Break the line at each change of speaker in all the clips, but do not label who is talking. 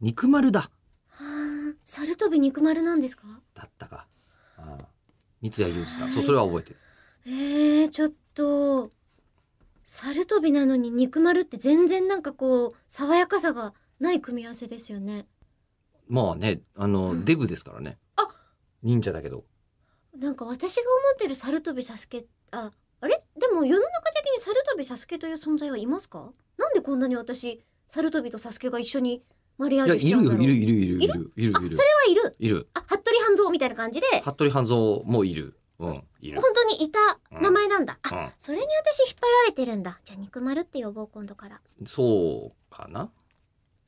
肉丸だ
ああ、猿飛び肉丸なんですか
だったか。ああ三谷裕二さん。そう、それは覚えてる。
ええー、ちょっと、猿飛びなのに肉丸って全然なんかこう、爽やかさがない組み合わせですよね。
まあね、あの、デブですからね。
あ
忍者だけど。
なんか私が思ってる猿飛びサスケ、あ、あれでも世の中的に猿飛びサスケという存在はいますかなんでこんなに私、猿飛びとサスケが一緒にマリア
い
ー
や、
ジュ
い
し
る
ちゃ
よ、い
うんだろう
る、いる、いる、い
い
る、いる、い
あ、
る
そ。れはいる。
いる。
あ、服部半蔵みたいな感じで、
服部半蔵もいる。うん、いる。
本当にいた名前なんだ。あ、
う
それに私引っ張られてるんだ。じゃあ肉丸って呼ぼう、今度から。
ん、そうかな。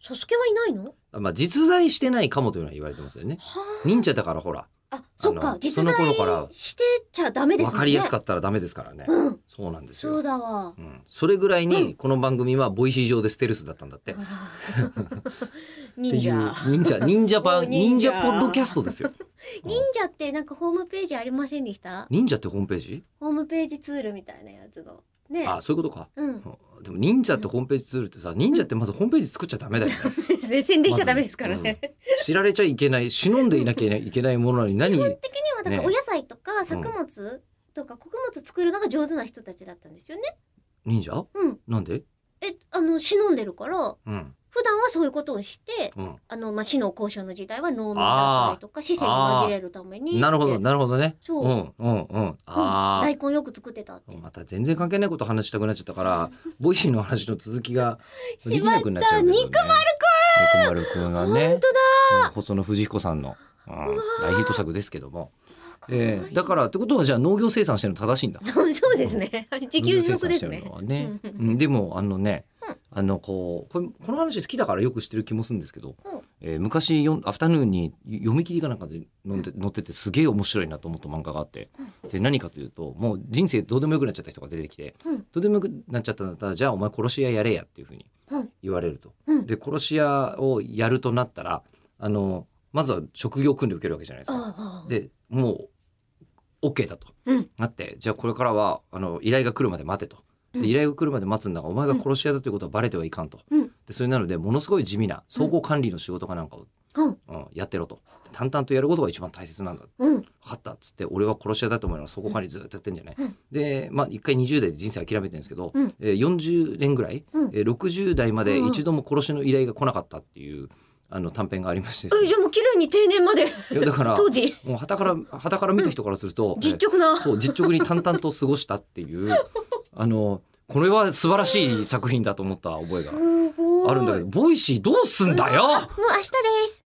サスケはいないの
まあ、実在してないかもというのは言われてますよね。
は
忍者だからほら、
あ。あ、そっ
あ
か
の。
実
その頃から
在してちゃダメです
わ
もんね。
かりやすかったらダメですからね。
うん。
そうなんです
そう
よ。
だわ
う。ん。それぐらいうに、この番組はボイシー上でステルスだったんだって。って
忍
いう
者。
忍者、忍者版、
もう忍
忍
者
者ポッドキャストですよ。
忍者ってなんかホームページありませんでした
忍者ってホームページ
ホームページツールみたいなやつの。ね。
あ、そういうことか。
うん。
うんでも忍者ってホームページツールってさ、忍者ってまずホームページ作っちゃダメだよね。
宣伝しちゃダメですからね。
ま知られちゃいけない、忍んでいなきゃいけないものなのに何、
基本的にはだから
ね
お野菜とか作物とか穀物作るのが上手な人たちだったんですよね。
忍者
うん。
なんで
え、あの、忍んでるから、
うん、
普段はそういうことをして、
うん。
あの、まあ、死の交渉の時代は農民だったりとか、死生に紛れるために。
なるほ
っ
ど、
て
なるほどね。
そう
うん、うん、うん。ああ
うん。大根よく作ってたって。
また全然関係ないこと話したくなっちゃった から、ボイシーの話の続きができ
しま
な
っ
くなっちゃ
た
うけど、ね。
肉丸
肉丸くんが
本当
ね
だ。
うん細野藤彦さんの、うん大ヒット作ですけども。えー、だ
か
からってことはじゃあ農業生産してるの正しいんだ。
ら。 そうですね。あれ自給自足です
農業生産してる
ね
の。はね。
うん
うんでもあのね
うん、
あのこうこれこの話好きだからよくしてる気もするんですけど
うん、
えー昔よんアフタヌーンに読み切りかなんかで飲んで載っててすげえ面白いなと思った漫画があって、で何かというともう人生どうでもよくなっちゃった人が出てきて、
うん
どうでもよくなっちゃったんだったらじゃあお前殺し屋やれやっていうふうに
うん
言われると。
うん
で殺し屋をやるとなったらあのまずは職業訓練を受けるわけじゃないですか。
ああ。
でもう OK だと、
うん
なってじゃあこれからはあの依頼が来るまで待てと
うん
で依頼が来るまで待つんだがお前が殺し屋だということはバレてはいかんと、
うん
でそれなのでものすごい地味な総合管理の仕事かなんかを、
うん。
うん、やってろとで淡々とやることが一番大切なんだ
うん。
分かったっつって俺は殺し屋だと思いながら総合管理ずっとやってんじゃない、
うん
でまあ一回20代で人生諦めてるんですけど、
うん
えー40年ぐらい、
うん
えー60代まで
うん
一度も殺しの依頼が来なかったっていうあの短編がありましてです
え、
ね
じゃあもう綺麗に定年まで。
いやだから
当時、
もうはたから、はたから見た人からすると、
実直
え
な。
ーそう、実直に淡々と過ごしたっていう、あの、これは素晴らしい作品だと思った覚えが
すごい。
あるんだけ
もう
ど、ボイシーどうすんだよ
明日です。